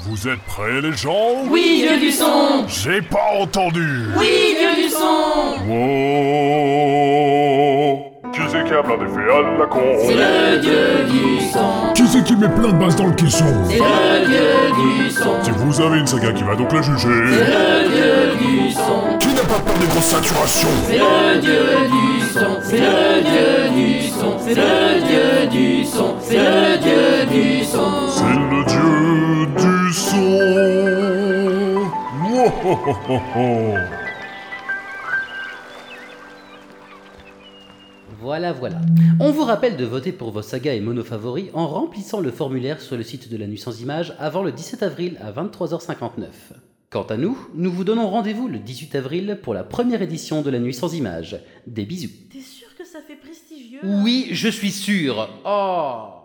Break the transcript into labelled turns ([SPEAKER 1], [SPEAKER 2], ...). [SPEAKER 1] Vous êtes prêts les gens
[SPEAKER 2] Oui, Dieu du son
[SPEAKER 1] J'ai pas entendu
[SPEAKER 2] Oui, Dieu du son
[SPEAKER 1] Wow Qui c'est qui a blindé fait à la con
[SPEAKER 2] C'est le Dieu du son
[SPEAKER 1] Qui c'est qui met plein de bases dans le caisson
[SPEAKER 2] C'est le Dieu du son
[SPEAKER 1] Si vous avez une saga qui va donc la
[SPEAKER 2] C'est
[SPEAKER 1] juger
[SPEAKER 2] le Dieu du son
[SPEAKER 1] Qui n'a pas peur des grosses saturations
[SPEAKER 2] C'est le Dieu du son C'est le Dieu du son C'est le Dieu du son C'est le Dieu du son
[SPEAKER 1] C'est le dieu du son Wow
[SPEAKER 3] Voilà, voilà. On vous rappelle de voter pour vos sagas et monos favoris en remplissant le formulaire sur le site de la Nuit sans Images avant le 17 avril à 23h59. Quant à nous, nous vous donnons rendez-vous le 18 avril pour la première édition de la Nuit sans Images. Des bisous.
[SPEAKER 4] T'es sûr que ça fait prestigieux
[SPEAKER 3] Oui, je suis sûr. Oh